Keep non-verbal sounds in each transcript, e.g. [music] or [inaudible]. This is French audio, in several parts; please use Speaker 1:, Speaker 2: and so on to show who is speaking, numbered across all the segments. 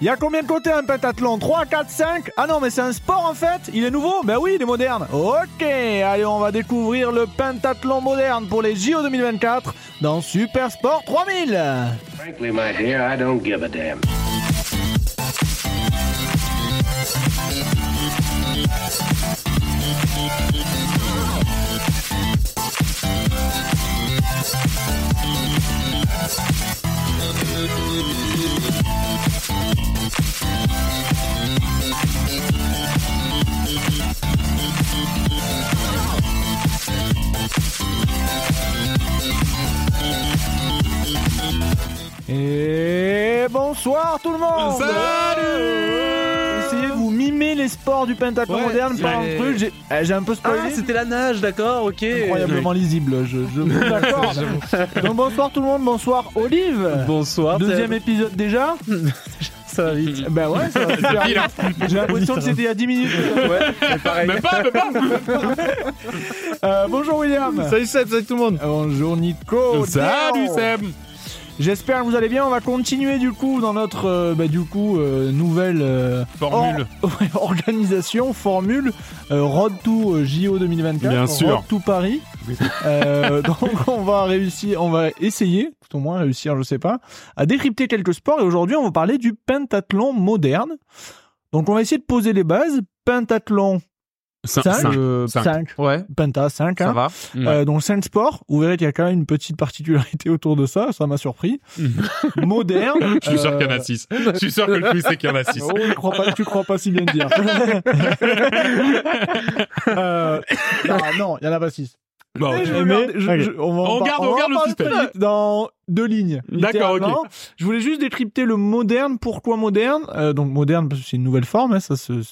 Speaker 1: Il y a combien de côtés un pentathlon 3, 4, 5 Ah non, mais c'est un sport en fait Il est nouveau Ben oui, il est moderne. Ok, allez, on va découvrir le pentathlon moderne pour les JO 2024 dans Super Sport 3000.
Speaker 2: Frankly, my dear, I don't give a damn.
Speaker 1: Et bonsoir tout le monde
Speaker 3: Salut
Speaker 1: Essayez de vous mimer les sports du pentathlon
Speaker 3: Ouais,
Speaker 1: moderne par un
Speaker 3: c'est-
Speaker 1: truc. J'ai eh, j'ai un peu spoilé.
Speaker 3: Ah, c'était la nage, d'accord, ok.
Speaker 1: incroyablement lisible, je,
Speaker 3: [laughs]
Speaker 1: je vous l'accorde. Donc bonsoir tout le monde, bonsoir Olive
Speaker 3: Bonsoir.
Speaker 1: Deuxième épisode
Speaker 3: [laughs]
Speaker 1: déjà
Speaker 3: ça va vite.
Speaker 1: Ben ouais, ça va super vite. J'ai l'impression que c'était il y a 10 minutes.
Speaker 3: Même pas, même pas.
Speaker 1: Euh, bonjour William
Speaker 3: Salut Seb, salut tout le monde.
Speaker 1: Bonjour Nico
Speaker 3: salut
Speaker 1: Théo.
Speaker 3: Seb.
Speaker 1: J'espère que vous allez bien, on va continuer du coup dans notre euh, bah, du coup euh, nouvelle euh,
Speaker 4: Formule.
Speaker 1: or- [laughs] ouais, organisation, formule euh, Road to euh, JO 2024,
Speaker 4: Bien
Speaker 1: Road
Speaker 4: sûr.
Speaker 1: to Paris.
Speaker 4: [laughs]
Speaker 1: Euh, donc on va réussir, on va essayer, tout au moins réussir, je sais pas, à décrypter quelques sports et aujourd'hui on va parler du pentathlon moderne. Donc on va essayer de poser les bases, pentathlon
Speaker 4: Cin-
Speaker 1: 5,
Speaker 4: cinq. cinq.
Speaker 1: 5
Speaker 3: Ouais,
Speaker 1: Euh, penta 5
Speaker 3: ça va.
Speaker 1: euh, donc Saint Sport, vous verrez qu'il y a quand même une petite particularité autour de ça, ça m'a
Speaker 4: [laughs]
Speaker 1: surpris. Moderne.
Speaker 4: Je suis sûr
Speaker 1: euh,
Speaker 4: qu'il y en a 6. Je suis sûr que le quiz, c'est qu'il y en a 6.
Speaker 1: Oh, je crois pas, tu crois pas si bien dire. [laughs] Euh, non, non, il y en a pas six.
Speaker 4: Bon,
Speaker 1: Mais je
Speaker 4: ok.
Speaker 1: vais
Speaker 4: Mais-
Speaker 1: garder- je- je- on va en
Speaker 4: On
Speaker 1: par-
Speaker 4: garde-
Speaker 1: on va
Speaker 4: on
Speaker 1: en
Speaker 4: garde le
Speaker 1: parler
Speaker 4: suspense.
Speaker 1: très vite dans deux lignes.
Speaker 4: D'accord,
Speaker 1: littéralement. Je voulais juste décrypter le moderne. Pourquoi moderne Euh, Donc moderne parce que c'est une nouvelle forme. hein, ça se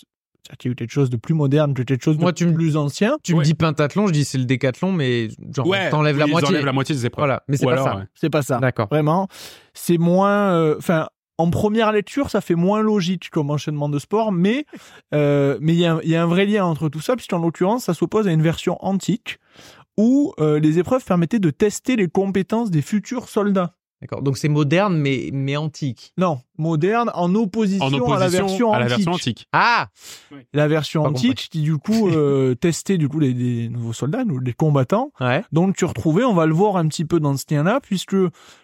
Speaker 1: c'est-à-dire qu'il y a eu quelque chose de plus moderne, que quelque chose de
Speaker 5: Moi, tu me-
Speaker 1: plus ancien.
Speaker 5: Tu me
Speaker 4: Ouais.
Speaker 5: dis pentathlon, je dis c'est le décathlon, mais genre
Speaker 4: Ouais,
Speaker 5: t'enlèves la
Speaker 4: oui, ils
Speaker 5: moitié.
Speaker 4: enlèvent la moitié des épreuves.
Speaker 5: Voilà, mais c'est
Speaker 4: Ou
Speaker 5: pas
Speaker 4: alors,
Speaker 5: ça.
Speaker 4: ouais.
Speaker 1: C'est pas ça.
Speaker 5: D'accord.
Speaker 1: Vraiment, c'est moins. euh, Enfin, en première lecture, ça fait moins logique comme enchaînement de sport, mais euh, mais il y a, un- il y a un vrai lien entre tout ça, puisqu'en l'occurrence, ça s'oppose à une version antique où euh, les épreuves permettaient de tester les compétences des futurs soldats.
Speaker 5: D'accord. Donc c'est moderne, mais mais antique.
Speaker 1: Non, moderne en opposition,
Speaker 4: En opposition
Speaker 1: à la version antique.
Speaker 4: antique.
Speaker 5: Ah,
Speaker 1: La version
Speaker 5: Pas
Speaker 1: antique qui du coup euh, testait du coup les, les nouveaux soldats, nous, les combattants.
Speaker 5: ouais.
Speaker 1: Donc tu retrouvais, on va le voir un petit peu dans ce lien-là, puisque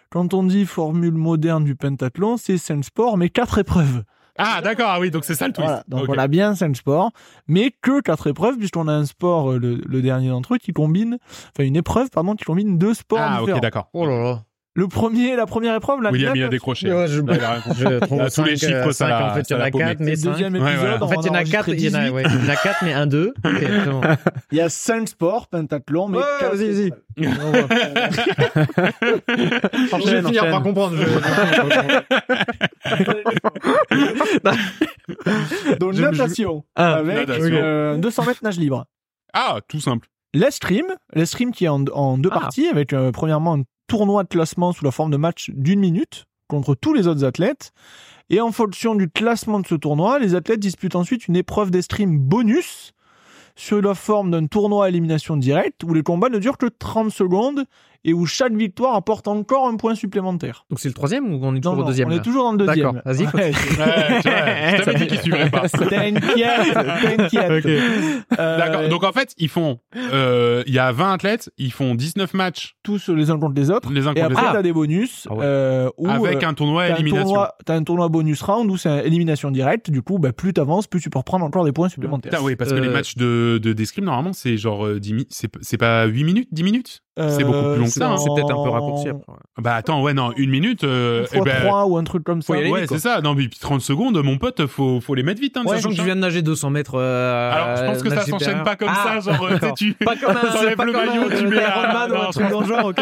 Speaker 1: quand on dit formule moderne du pentathlon, c'est cinq sports, mais quatre épreuves.
Speaker 4: Ah, d'accord, ah oui, donc c'est ça le twist.
Speaker 1: Voilà, donc
Speaker 4: Ok.
Speaker 1: on a bien cinq sports, mais que quatre épreuves, puisqu'on a un sport, euh, le, le dernier d'entre eux, qui combine, enfin une épreuve, pardon, qui combine deux sports
Speaker 4: Ah,
Speaker 1: différents.
Speaker 4: ok, d'accord.
Speaker 5: Oh là là.
Speaker 1: le premier, la première épreuve, la
Speaker 4: William, il a
Speaker 1: nat-
Speaker 4: décroché.
Speaker 5: je,
Speaker 4: Là, il a rien compris. Là,
Speaker 5: [laughs]
Speaker 4: tous les
Speaker 5: euh,
Speaker 4: chiffres, ça l'a- ça l'a paumé.
Speaker 1: le deuxième
Speaker 4: cinq. Ouais,
Speaker 1: épisode,
Speaker 4: voilà.
Speaker 1: on
Speaker 5: En fait, il y en a
Speaker 1: enregistré
Speaker 5: 4, il y en
Speaker 1: 18.
Speaker 5: a, ouais, il y en a quatre, mais un [laughs] 2.
Speaker 1: Il y a cinq sports, pentathlon, mais
Speaker 5: Ouais,
Speaker 1: quatre
Speaker 5: vas-y, vas-y.
Speaker 1: épreuves. [laughs] On voit.
Speaker 4: [laughs]
Speaker 5: Je vais finir par comprendre.
Speaker 1: [laughs] Donc
Speaker 5: Je- je-
Speaker 1: natation,
Speaker 5: Ah,
Speaker 1: avec
Speaker 4: natation.
Speaker 1: euh, 200 mètres nage libre.
Speaker 4: Ah, tout simple.
Speaker 1: L'escrime, l'escrime qui est en, en deux
Speaker 5: Ah.
Speaker 1: parties, avec euh, premièrement un tournoi de classement sous la forme de match d'une minute contre tous les autres athlètes. Et en fonction du classement de ce tournoi, les athlètes disputent ensuite une épreuve d'escrime bonus sur la forme d'un tournoi à élimination directe où les combats ne durent que 30 secondes et où chaque victoire apporte encore un point supplémentaire.
Speaker 5: Donc c'est le troisième ou on est
Speaker 1: Non,
Speaker 5: toujours au
Speaker 1: non,
Speaker 5: deuxième
Speaker 1: on est
Speaker 5: là
Speaker 1: toujours dans le
Speaker 5: D'accord,
Speaker 1: deuxième.
Speaker 5: [laughs] vas-y.
Speaker 1: Ouais,
Speaker 4: Ouais, tu vois, je t'avais dit qu'il
Speaker 1: [laughs]
Speaker 4: suivrait pas.
Speaker 1: Euh, T'inquiète, t'inquiète. Euh,
Speaker 4: D'accord, donc en fait, ils font. euh, Il y a 20 athlètes, ils font 19 matchs
Speaker 1: tous les uns contre les autres.
Speaker 4: les uns
Speaker 1: Et
Speaker 4: contre les
Speaker 1: après,
Speaker 4: autres.
Speaker 1: t'as des bonus
Speaker 5: Ah ouais.
Speaker 1: euh, où,
Speaker 4: Avec
Speaker 1: euh,
Speaker 4: un tournoi à
Speaker 1: t'as, un
Speaker 4: élimination.
Speaker 1: tournoi, t'as un tournoi bonus round où c'est un élimination directe. Du coup, bah, plus t'avances, plus tu peux reprendre encore des points supplémentaires.
Speaker 4: Putain, Ah oui, parce que les
Speaker 5: Euh,
Speaker 4: matchs de, de d'escrime, normalement, c'est genre euh, 10 mi- c'est, p- c'est pas 8 minutes 10 minutes c'est beaucoup plus long que
Speaker 1: Euh,
Speaker 4: ça, hein.
Speaker 5: C'est peut-être un peu raccourci après.
Speaker 4: Bah attends, ouais, non, une minute. euh, eh
Speaker 1: Fois
Speaker 4: ben,
Speaker 1: 3 ou un truc comme ça.
Speaker 5: faut y aller
Speaker 4: ouais,
Speaker 5: vite,
Speaker 4: c'est
Speaker 5: quoi.
Speaker 4: ça. Non, mais puis 30 secondes, mon pote, faut, faut les mettre vite. Hein, ça
Speaker 5: Ouais, Sachant que
Speaker 4: change,
Speaker 5: je viens de nager 200 mètres. euh,
Speaker 4: hein. Alors, je pense que
Speaker 5: nage
Speaker 4: ça s'enchaîne
Speaker 5: supérieur.
Speaker 4: pas comme
Speaker 5: Ah,
Speaker 4: ça, genre, euh, tu sais,
Speaker 5: d'accord. [laughs]
Speaker 4: tu... [laughs]
Speaker 5: Pas comme un,
Speaker 4: T'enlèves
Speaker 5: pas
Speaker 4: le
Speaker 5: comme
Speaker 4: maillot,
Speaker 5: un,
Speaker 4: tu
Speaker 5: euh,
Speaker 4: mets un-
Speaker 5: Ironman ou
Speaker 4: non,
Speaker 5: un truc dans le genre, ok.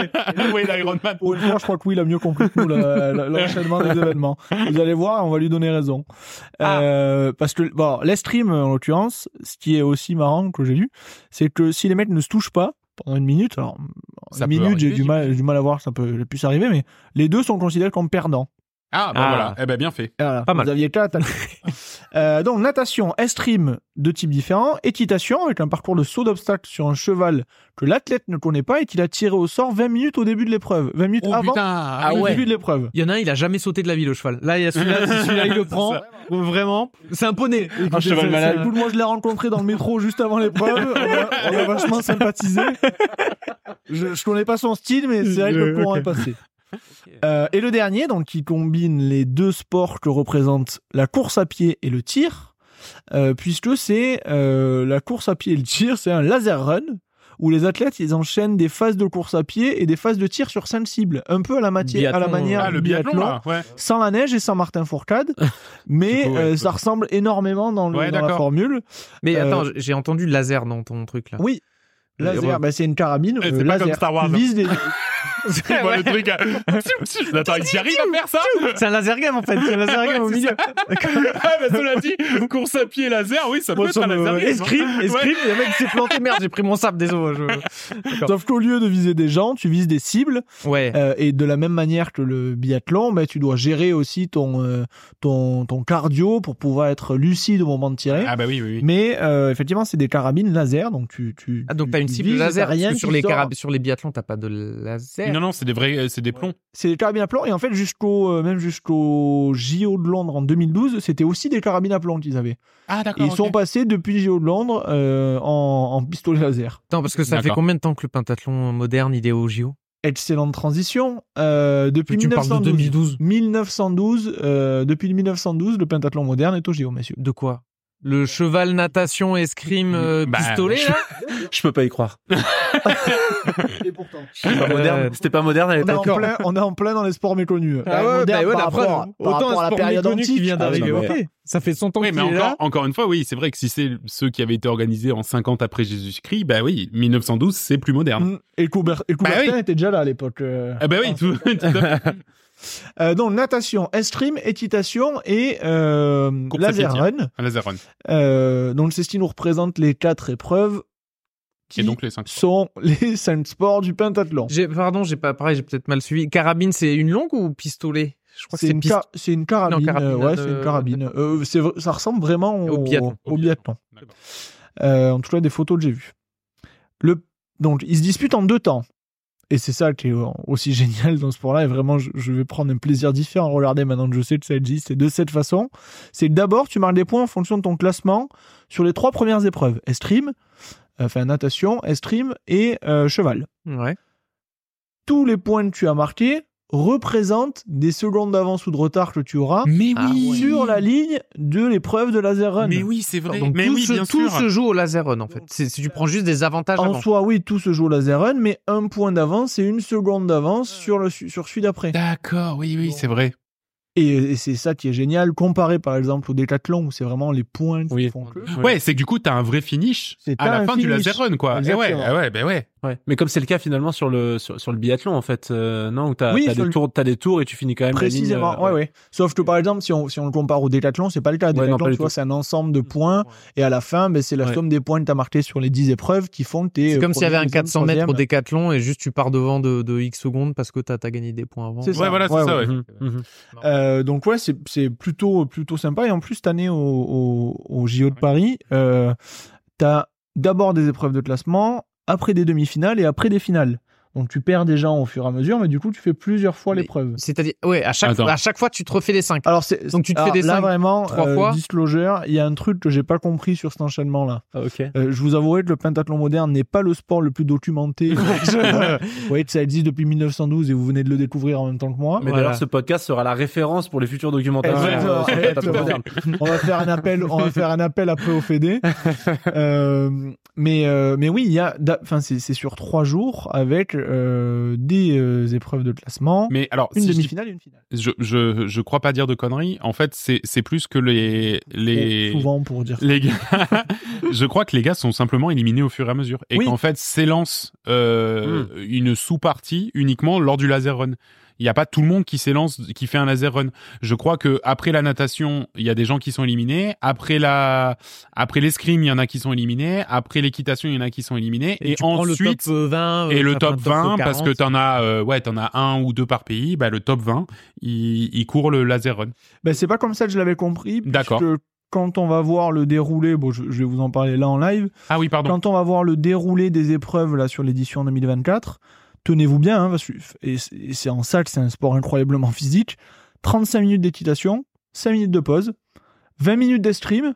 Speaker 4: oui, l'Ironman.
Speaker 1: Pour une fois, je crois que oui, il a mieux compris que nous la- la- l'enchaînement des événements. Vous allez voir, on va lui donner raison.
Speaker 4: Ah.
Speaker 1: Euh, parce que, bon, les streams, en l'occurrence, ce qui est aussi marrant que j'ai lu, c'est que si les mecs ne se touchent pas pendant une minute, alors,
Speaker 4: Ça
Speaker 1: une
Speaker 4: peut
Speaker 1: minute, j'ai
Speaker 4: arriver,
Speaker 1: du mal, j'ai du mal à voir, ça peut plus arriver, mais les deux sont considérés comme perdants.
Speaker 4: Ah, bah
Speaker 5: Ah.
Speaker 4: voilà. Eh ben, bien fait.
Speaker 1: Voilà,
Speaker 5: Pas mal.
Speaker 4: [laughs]
Speaker 1: Vous aviez quatre. Euh, donc natation, escrime de type différent, équitation avec un parcours de saut d'obstacle sur un cheval que l'athlète ne connaît pas et qu'il a tiré au sort 20 minutes au début de l'épreuve, 20 minutes
Speaker 4: Oh
Speaker 1: avant
Speaker 4: putain
Speaker 5: Ah
Speaker 1: le
Speaker 5: ouais.
Speaker 1: début de l'épreuve.
Speaker 5: Il y en a un, il a jamais sauté de la vie le cheval. Là, il y a [laughs] celui-là, si celui-là il le prend. Ah, Vraiment, c'est un poney.
Speaker 1: Écoutez,
Speaker 4: cheval
Speaker 1: ça- ça-
Speaker 4: malade.
Speaker 1: écoute, moi je l'ai rencontré dans le métro juste avant
Speaker 5: [laughs]
Speaker 1: l'épreuve. On a, on a vachement sympathisé. Je, je connais pas son style, mais c'est vrai que le
Speaker 4: Je-
Speaker 1: courant est passé. Euh, et le dernier, donc qui combine les deux sports que représentent la course à pied et le tir, euh, puisque c'est euh, la course à pied et le tir, c'est un laser run où les athlètes ils enchaînent des phases de course à pied et des phases de tir sur cinq cibles, un peu à la matière, à la
Speaker 5: Biathlon,
Speaker 1: manière
Speaker 4: Ah,
Speaker 1: du
Speaker 4: le biathlon, là
Speaker 5: [laughs]
Speaker 4: Ouais.
Speaker 1: sans la neige et sans Martin Fourcade, mais
Speaker 4: Tu peux, ouais,
Speaker 1: euh,
Speaker 4: tu peux.
Speaker 1: ça ressemble énormément dans, le-
Speaker 4: Ouais,
Speaker 1: dans la
Speaker 4: d'accord.
Speaker 1: formule.
Speaker 5: Mais
Speaker 1: Euh,
Speaker 5: attends, j'ai entendu laser dans ton truc là.
Speaker 1: Oui,
Speaker 5: Ah. Et
Speaker 1: laser,
Speaker 5: re-
Speaker 1: bah, c'est une carabine.
Speaker 4: Eh,
Speaker 1: euh,
Speaker 4: c'est pas
Speaker 1: laser.
Speaker 4: comme Star Wars.
Speaker 1: Tu vises
Speaker 4: [laughs]
Speaker 1: des-
Speaker 4: Tu vois le truc. à- [laughs] Attends, il arrive à faire ça
Speaker 5: C'est un laser game en fait, c'est un laser game au milieu.
Speaker 4: Ah, bah, cela dit, course à pied laser, oui, ça peut
Speaker 1: Moi,
Speaker 4: être un
Speaker 1: ça me-
Speaker 4: laser. game, hein.
Speaker 5: euh, Escrime, escrime,
Speaker 4: Ouais.
Speaker 5: et le mec s'est planté, merde, j'ai pris mon sable, désolé. je-
Speaker 1: Sauf qu'au lieu de viser des gens, tu vises des cibles.
Speaker 5: Ouais.
Speaker 1: euh, et de la même manière que le biathlon, mais tu dois gérer aussi ton, euh, ton, ton cardio pour pouvoir être lucide au moment de tirer.
Speaker 4: Ah, bah oui, oui, oui.
Speaker 1: Mais euh, effectivement, c'est des carabines laser, donc tu. tu
Speaker 5: Ah, donc t'as une cible
Speaker 1: vises,
Speaker 5: laser,
Speaker 1: t'as
Speaker 5: parce
Speaker 1: rien
Speaker 5: que
Speaker 1: qui
Speaker 5: sur les,
Speaker 1: sort.
Speaker 5: carab- sur les biathlons, t'as pas de laser.
Speaker 4: Non, non, c'est des vrais, euh, c'est des plombs.
Speaker 1: C'est des carabines à plomb. Et en fait, jusqu'au, euh, même jusqu'au JO de Londres en 2012, c'était aussi des carabines à plomb qu'ils avaient.
Speaker 4: Ah,
Speaker 1: Et
Speaker 4: d'accord.
Speaker 1: ils sont passés depuis JO de Londres euh, en, en pistolet laser.
Speaker 5: Attends, parce que ça fait
Speaker 4: D'accord.
Speaker 5: combien de temps que le pentathlon moderne, il est au JO
Speaker 1: Excellente transition. Euh, depuis
Speaker 5: Tu me parles de
Speaker 1: 1912.
Speaker 5: 2012.
Speaker 1: 1912, euh, depuis 1912, le pentathlon moderne est au JO,
Speaker 5: [laughs]
Speaker 1: messieurs.
Speaker 5: De quoi Le cheval natation escrime euh,
Speaker 4: Bah,
Speaker 5: pistolet, là
Speaker 3: Je peux pas y croire.
Speaker 1: Et pourtant.
Speaker 3: C'était pas
Speaker 5: Euh,
Speaker 3: moderne. C'était pas moderne à
Speaker 1: On est, en
Speaker 3: l'époque.
Speaker 1: plein, on est en plein dans les sports méconnus.
Speaker 5: Ah
Speaker 1: La
Speaker 5: ouais,
Speaker 1: moderne
Speaker 5: bah ouais,
Speaker 1: par
Speaker 5: d'après,
Speaker 1: rapport,
Speaker 5: autant
Speaker 1: par rapport
Speaker 5: un
Speaker 1: à la
Speaker 5: sport
Speaker 1: période
Speaker 5: méconnu qui
Speaker 1: antique.
Speaker 5: vient d'arriver,
Speaker 1: Ah ouais,
Speaker 5: ok. [laughs] Ça fait 100 ans
Speaker 4: Oui,
Speaker 5: qu'il
Speaker 4: mais
Speaker 5: est là.
Speaker 4: encore, encore une fois, oui, c'est vrai que si c'est ceux qui avaient été organisés en 50 après Jésus-Christ, bah oui, 1912, c'est plus moderne.
Speaker 1: Mm. Et Coubert- et Coubertin
Speaker 4: Bah
Speaker 1: était déjà là à l'époque. euh.
Speaker 4: Ah bah oui, tout, [laughs] tout à
Speaker 1: [laughs]
Speaker 4: fait.
Speaker 1: Euh, donc natation, escrime, équitation et euh,
Speaker 4: Course à pied,
Speaker 1: laser
Speaker 4: tiens.
Speaker 1: run.
Speaker 4: Un laser run.
Speaker 1: Euh, donc c'est ce qui nous représente les quatre épreuves qui
Speaker 4: Et donc les 5.
Speaker 1: sont [laughs] les cinq sports du pentathlon.
Speaker 5: J'ai- Pardon, j'ai pas, pareil, j'ai peut-être mal suivi. Carabine, c'est une longue ou pistolet Je crois que
Speaker 1: C'est
Speaker 5: c'est
Speaker 1: une,
Speaker 5: pistolet.
Speaker 1: ca- c'est une carabine.
Speaker 5: Non, carabine,
Speaker 1: euh, ouais,
Speaker 5: de-
Speaker 1: c'est une carabine. Euh, c'est v- ça ressemble vraiment au,
Speaker 5: Au biathlon.
Speaker 1: au biathlon. Euh, en tout cas, des photos que j'ai vues. Le... Donc, ils se disputent en deux temps. Et c'est ça qui est euh, aussi [laughs] génial dans ce sport-là. Et vraiment, je, je vais prendre un plaisir différent à regarder maintenant que je sais que ça existe. C'est de cette façon. C'est que d'abord, tu marques des points en fonction de ton classement sur les trois premières épreuves. Escrime, euh, enfin natation, escrime et euh, cheval.
Speaker 5: Ouais.
Speaker 1: Tous les points que tu as marqués représentent des secondes d'avance ou de retard que tu auras
Speaker 4: Mais
Speaker 5: Ah
Speaker 4: oui,
Speaker 5: ouais.
Speaker 1: sur la ligne de l'épreuve de laser run.
Speaker 4: mais oui, c'est vrai.
Speaker 5: Donc
Speaker 4: mais
Speaker 5: tout,
Speaker 4: oui,
Speaker 5: se,
Speaker 4: bien
Speaker 5: tout
Speaker 4: sûr.
Speaker 5: se joue au laser run, en fait. C'est- Si tu prends juste des avantages
Speaker 1: En
Speaker 5: avant.
Speaker 1: soi, oui, tout se joue au laser run, mais un point d'avance et une seconde d'avance sur, le, su- sur celui d'après.
Speaker 4: D'accord, oui, oui, c'est vrai.
Speaker 1: Et, et c'est ça qui est génial, comparé par exemple au décathlon, où c'est vraiment les points qui
Speaker 3: Oui.
Speaker 1: font que.
Speaker 4: Ouais, c'est que du coup, t'as un vrai finish
Speaker 1: C'est
Speaker 4: à
Speaker 1: un
Speaker 4: la fin du
Speaker 1: finish.
Speaker 4: laser run, quoi. Eh ouais,
Speaker 1: Exactement.
Speaker 4: ah ouais, bah ouais.
Speaker 3: Ouais. Mais comme c'est le cas finalement sur le sur, sur le biathlon en fait, euh, non où t'as
Speaker 1: Oui,
Speaker 3: t'as
Speaker 1: sur
Speaker 3: des
Speaker 1: le-
Speaker 3: tours t'as des tours et tu finis quand même la ligne,
Speaker 1: Précisément,
Speaker 3: euh,
Speaker 1: ouais, ouais. Sauf que par exemple, si on, si on le compare au décathlon, c'est pas le
Speaker 3: Ouais,
Speaker 1: cas.
Speaker 3: non,
Speaker 1: Décathlon,
Speaker 3: pas du
Speaker 1: tu vois,
Speaker 3: tout.
Speaker 1: c'est un ensemble
Speaker 6: Mm.
Speaker 1: de points, et à la fin, ben, c'est la
Speaker 3: Ouais.
Speaker 1: somme des points que tu as marqués sur les 10 épreuves qui font que euh, tu
Speaker 5: C'est comme s'il y avait un 400 mètres au décathlon et juste tu pars devant de, de X secondes parce que t'as as gagné des points avant.
Speaker 1: C'est ça.
Speaker 4: Ouais, voilà, c'est
Speaker 1: Ouais, Mm.
Speaker 4: ça, ouais.
Speaker 3: Mhm, mhm.
Speaker 1: Euh, donc ouais, c'est c'est plutôt plutôt sympa. Et en plus, cette année au, au, au JO de Paris, euh, t'as d'abord des épreuves de classement, après des demi-finales et après des finales. Donc tu perds des gens au fur et à mesure, mais du coup tu fais plusieurs fois
Speaker 5: Mais-
Speaker 1: l'épreuve.
Speaker 5: C'est-à-dire, ouais, à chaque,
Speaker 4: Attends.
Speaker 5: à chaque fois, tu te refais les 5.
Speaker 1: Alors c'est
Speaker 5: Donc tu te
Speaker 1: alors,
Speaker 5: fais des
Speaker 1: là
Speaker 5: cinq,
Speaker 1: vraiment
Speaker 5: trois
Speaker 1: euh,
Speaker 5: fois
Speaker 1: disclosure, il y a un truc que j'ai pas compris sur cet enchaînement là.
Speaker 3: Ah, ok.
Speaker 1: Euh, je vous avouerai que le pentathlon moderne n'est pas le sport le plus
Speaker 5: [laughs]
Speaker 1: documenté. [laughs] vous voyez que ça existe depuis 1912 et vous venez de le découvrir en même temps que moi.
Speaker 3: Mais
Speaker 5: Voilà.
Speaker 3: d'ailleurs, ce podcast sera la référence pour les futurs documentaires.
Speaker 1: Exactement.
Speaker 3: euh, sur le
Speaker 1: Exactement.
Speaker 3: pentathlon moderne.
Speaker 1: on va faire un appel on va faire un appel après au [laughs] Fédé Euh, mais euh, mais oui il y a d'a- enfin c'est c'est sur trois jours avec euh, des euh, épreuves de classement
Speaker 4: Mais alors,
Speaker 1: une
Speaker 4: si je dis
Speaker 1: demi-finale et une finale
Speaker 4: je, je, je crois pas dire de conneries. En fait, c'est c'est plus que les. les...
Speaker 1: Bon, souvent pour dire
Speaker 4: Les gars, [laughs] je crois que les gars sont simplement éliminés au fur et à mesure. Et
Speaker 1: Oui.
Speaker 4: qu'en fait, s'élance euh, une sous-partie uniquement lors du laser run. Il n'y a pas tout le monde qui s'élance, qui fait un laser run. Je crois que après la natation, il y a des gens qui sont éliminés. Après la, après l'escrime, il y en a qui sont éliminés. Après l'équitation, il y en a qui sont éliminés. Et,
Speaker 5: tu prends le
Speaker 4: ensuite,
Speaker 5: top euh, 20. euh,
Speaker 4: et le
Speaker 5: t'as pas
Speaker 4: top 20,
Speaker 5: 40.
Speaker 4: parce que t'en as, euh, ouais, t'en as un ou deux par pays. Bah, le top 20, il, il court le laser run.
Speaker 1: ben c'est pas comme ça que je l'avais compris puisque
Speaker 4: D'accord.
Speaker 1: quand on va voir le déroulé, bon, je, je vais vous en parler là en live,
Speaker 4: Ah oui, pardon.
Speaker 1: quand on va voir le déroulé des épreuves là sur l'édition 2024, tenez-vous bien, hein, parce que- et c'est- et c'est en salle, c'est un sport incroyablement physique. 35 minutes d'équitation, 5 minutes de pause, 20 minutes d'escrime,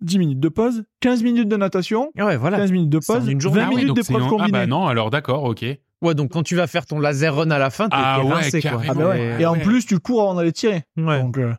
Speaker 1: 10 minutes de pause, 15 minutes de natation,
Speaker 5: Ah ouais, voilà.
Speaker 1: 15 minutes de
Speaker 5: C'est en
Speaker 1: pause,
Speaker 5: une
Speaker 1: 20
Speaker 5: journée.
Speaker 4: Ah oui,
Speaker 1: minutes
Speaker 4: donc c'est
Speaker 1: d'épreuve
Speaker 4: en- Ah
Speaker 1: combinée.
Speaker 4: bah non, alors d'accord, ok.
Speaker 5: Ouais, donc quand tu vas faire ton laser run à la fin, t'es
Speaker 4: Ah
Speaker 5: t'es
Speaker 4: ouais,
Speaker 5: rincé, quoi.
Speaker 4: carrément.
Speaker 1: Ah bah ouais.
Speaker 4: Ah
Speaker 1: Et en
Speaker 4: ouais.
Speaker 1: plus, tu cours avant d'aller tirer.
Speaker 5: Ouais.
Speaker 1: Donc, euh,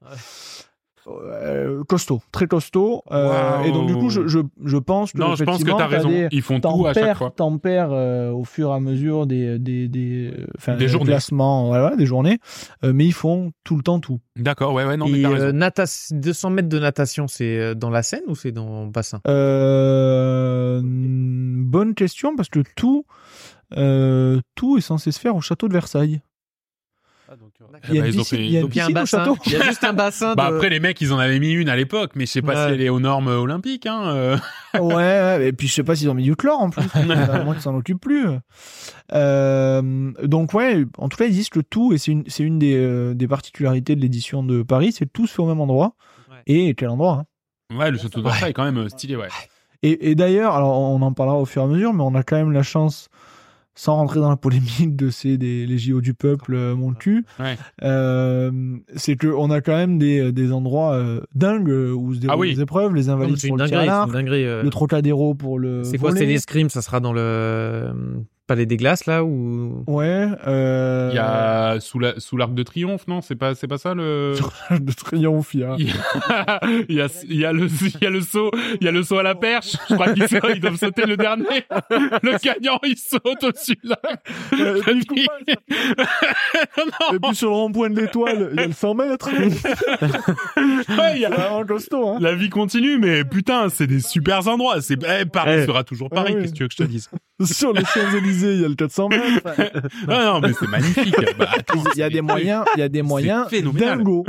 Speaker 1: euh, costaud, très costaud. Euh,
Speaker 4: Waouh.
Speaker 1: Et donc, du coup, je, je, je pense que.
Speaker 4: Non, je pense que
Speaker 1: effectivement,
Speaker 4: t'as raison.
Speaker 1: des-
Speaker 4: Ils font
Speaker 1: T'en
Speaker 4: tout à chaque
Speaker 1: perds,
Speaker 4: fois.
Speaker 1: t'en perds, euh, au fur et à mesure des, des, des, euh, enfin,
Speaker 4: Des
Speaker 1: des
Speaker 4: journées.
Speaker 1: classements, voilà, des journées. Euh, mais ils font tout le temps tout.
Speaker 4: D'accord, ouais, ouais, non, mais
Speaker 5: Et
Speaker 4: t'as
Speaker 5: euh,
Speaker 4: raison.
Speaker 5: natas- 200 mètres de natation, c'est euh, dans la Seine ou c'est dans le bassin
Speaker 1: Euh, bonne question parce que tout, euh, tout est censé se faire au château de Versailles.
Speaker 4: Eh
Speaker 1: Il y a
Speaker 4: ben,
Speaker 1: une
Speaker 4: ils ont
Speaker 1: piscine,
Speaker 4: fait-
Speaker 1: il y a une
Speaker 5: Ah bah, Donc il y a
Speaker 1: piscine
Speaker 5: un
Speaker 1: au
Speaker 5: bassin.
Speaker 1: château.
Speaker 5: Il y a juste un bassin.
Speaker 4: Bah
Speaker 5: de-
Speaker 4: après les mecs ils en avaient mis une à l'époque mais je sais pas
Speaker 5: Ouais.
Speaker 4: si elle est aux normes olympiques hein. euh.
Speaker 1: [laughs] ouais, et puis je sais pas s'ils ont mis du chlore en
Speaker 4: [laughs]
Speaker 1: plus. Moi, ils s'en occupent plus. Euh, donc ouais, en tout cas, ils disent que tout, et c'est une, c'est une des, euh, des particularités de l'édition de Paris, c'est que tout se fait au même endroit.
Speaker 5: Ouais.
Speaker 1: Et quel endroit hein.
Speaker 4: Ouais le saut de Versailles quand même euh, stylé ouais.
Speaker 1: Et, et d'ailleurs, alors on en parlera au fur et à mesure, mais on a quand même la chance, sans rentrer dans la polémique de ces des, les JO du peuple, euh, mon cul,
Speaker 4: Ouais.
Speaker 1: euh, c'est que on a quand même des, des endroits euh, dingues où se déroulent
Speaker 4: Ah oui.
Speaker 1: les épreuves, les
Speaker 5: Non, mais
Speaker 1: invalides
Speaker 5: bah, C'est
Speaker 1: pour
Speaker 5: une
Speaker 1: le tir à
Speaker 5: dinguerie. c'est
Speaker 1: l'arc,
Speaker 5: une dinguerie, euh.
Speaker 1: le Trocadéro pour le
Speaker 5: C'est quoi C'est
Speaker 1: volley.
Speaker 5: l'escrime, ça sera dans le euh, Palais des Glaces, là ou
Speaker 1: Ouais, euh...
Speaker 4: Il
Speaker 1: [laughs]
Speaker 4: y a sous la- sous l'arc de triomphe non c'est pas c'est pas ça le
Speaker 1: de triomphe, il y a-
Speaker 4: il y a [laughs] il y a, il y a le il y a le saut il y a le saut à la perche je crois qu'ils sautent, ils doivent sauter le dernier [laughs] le gagnant il saute au-dessus de
Speaker 1: Euh,
Speaker 4: la
Speaker 1: du coup,
Speaker 5: [laughs]
Speaker 1: Et puis sur le rond-point de l'étoile, il y a le 100 mètres. C'est
Speaker 4: Ouais, il y a-
Speaker 1: vraiment costaud, hein.
Speaker 4: La vie continue, mais putain, c'est des super endroits. C'est eh, Paris
Speaker 5: Eh.
Speaker 4: sera toujours Paris.
Speaker 1: Ah oui.
Speaker 4: Qu'est-ce que tu veux que je te dise
Speaker 1: Sur les Champs-Élysées, il y a le 400 mètres.
Speaker 4: Ah non, mais c'est magnifique. Bah, attends,
Speaker 1: Il y a
Speaker 4: c'est-
Speaker 1: des moyens, il y a des moyens
Speaker 4: phénoménal.
Speaker 1: dingo,